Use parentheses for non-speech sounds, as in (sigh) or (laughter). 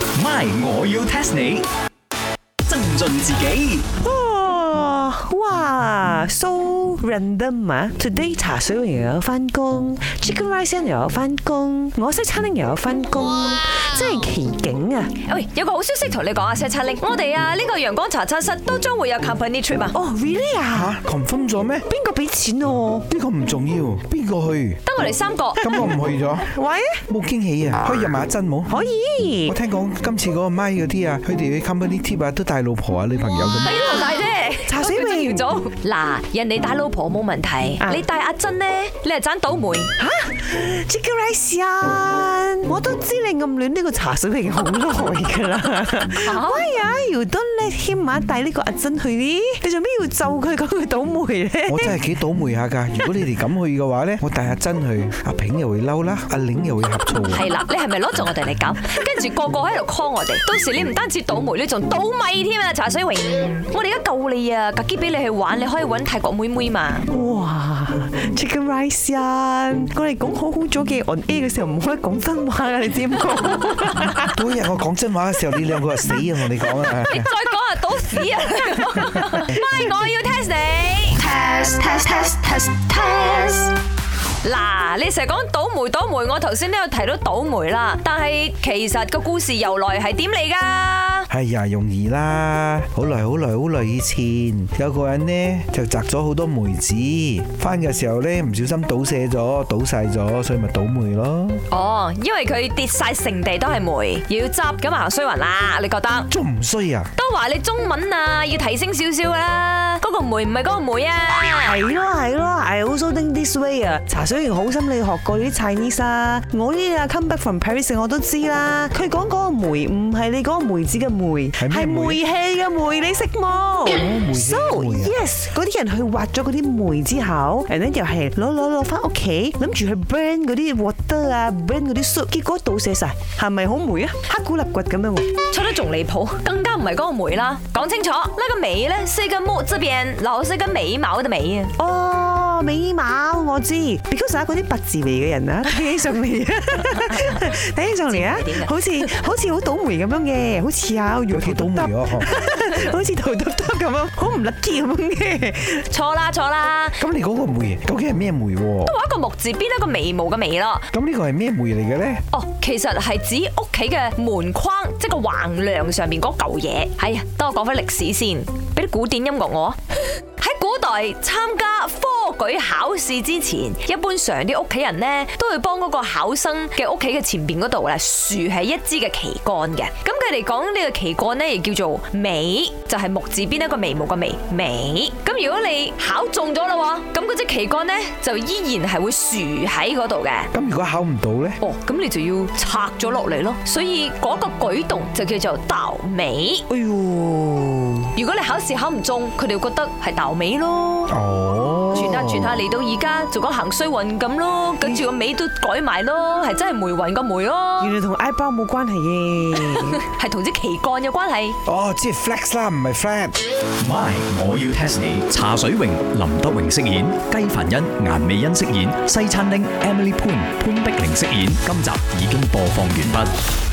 My，我要 test 你，增进自己。哦，哇，so random 啊！Today 茶水榮又有翻工，Chicken Rice Inn 又有翻工，我西餐廳又有翻工，真係奇景啊！喂，有個好消息同你講啊，西七玲，我哋啊呢個陽光茶餐室都將會有 company trip 啊，哦，really 어, 아,啊？吓，confirm 咗咩？邊個俾錢我？呢個唔重要，邊個去？得我哋三個。咁我唔去咗，喂，冇驚喜啊！可以入埋一陣冇？可以我。聽講今次嗰個咪嗰啲啊，佢哋嘅 company tip 啊，都帶老婆啊、女朋友咁。俾我帶啫，茶水味佢仲要做嗱，人哋帶老婆冇問題啊，你帶阿珍呢？你係盞倒霉。 Chicken Rice 啊！我都知你暗戀呢個茶水 (laughs) 瓶好耐㗎啦。喂啊，You don't let him 아,啊帶呢個阿珍去啲，你做咩要咒佢講佢倒霉咧？我真係幾倒霉下㗎，如果你哋咁去嘅話咧，我帶阿珍去，阿平又會嬲啦，阿玲又會呷醋啊。係啦，你係咪攞咗我哋嚟搞？跟住個個喺度 call 我哋，到時你唔單止倒霉，你仲倒米添啊！茶水榮，我哋而家救你啊！格機俾你去玩，你可以揾泰國妹妹嘛。哇，Chicken Rice 啊！我哋講好好咗嘅 on air 嘅時候唔可以講真話㗎，你知唔知？嗰日我講真話嘅時候，你兩個就死啊！我哋講啊，再講啊，倒屎啊！ (laughs) 咪我要 test 你。 test test test test test 嗱，你成日講倒霉倒霉，我頭先都有提到倒霉啦，但係其實個故事由來係點嚟㗎？哎呀，容易啦！好耐好耐好耐以前，有個人呢就摘咗好多梅子，翻嘅時候呢唔小心倒瀉咗，倒晒咗，所以咪倒霉咯。哦，因為佢跌晒成地都係霉，又要執咁啊，衰運啦！你覺得？仲唔衰啊？都話你中文啊，要提升少少啦。嗰、個梅唔係嗰個梅啊。係咯係咯，I also think this way 啊！茶水員好心你學過啲 Chinese 啊，我呢啲啊 come back from Paris 我都知啦。佢講嗰個梅唔係你嗰個梅子嘅梅，咩係梅煤氣嘅煤，你識冇煤氣？So 嘅煤啊 yes，嗰啲人去挖咗嗰啲煤之後，人咧又係攞攞攞翻屋企，諗住去 burn 嗰啲 water 啊，burn 嗰啲 soup，結果倒瀉晒，係咪好霉啊？黑古立骨咁樣喎。出得仲離譜，更加唔係嗰個梅啦。講清楚，那個梅呢是一個木字邊，然後是一個眉毛的眉啊。哦，美貌我知，because 啊係嗰啲八字眉嘅人啊，睇起上嚟，睇起上嚟啊知唔知點，嘅好似好似好倒霉咁樣嘅，好似啊，有搖啲頭倒耷霉耷，哦。 (laughs) 好似頭耷耷咁樣，好唔 lucky 咁樣嘅。錯啦錯啦，咁你嗰個梅究竟係咩梅喎？都話一個木字邊一個眉毛嘅眉咯。咁呢個係咩梅嚟嘅呢？哦，其實係指屋企嘅門框，即係個橫梁上面嗰嚿嘢。哎呀，等我講翻歷史先，俾啲古典音樂我啊。喺古代參加科舉考試之前，一般上啲屋企人呢都會幫嗰個考生嘅屋企嘅前邊嗰度咧豎起一支嘅旗杆嘅。咁佢哋講呢個旗杆呢，亦叫做眉，就係、木字邊一個眉毛嘅眉眉。咁如果你考中咗啦喎，咁嗰支旗杆呢，就依然係會豎喺嗰度嘅。咁如果考唔到呢？哦，咁你就要拆咗落嚟咯。所以嗰個舉動就叫做倒尾。哎呦，如果你考試考唔中，佢哋會覺得係倒尾咯。哦，轉下轉下嚟到而家就講行衰運咁咯，跟住個尾都改埋咯，係真係霉運個霉咯，原來同 eyebrow 冇關係 (laughs) 嘅。係同支旗杆有關係。哦，即係 flex 啦，唔係 flat。 My，我要 test 你。茶水榮、林德榮飾演，雞凡欣、顏美欣飾演，西餐廳 Emily Poon 潘碧玲飾演。今集已經播放完畢。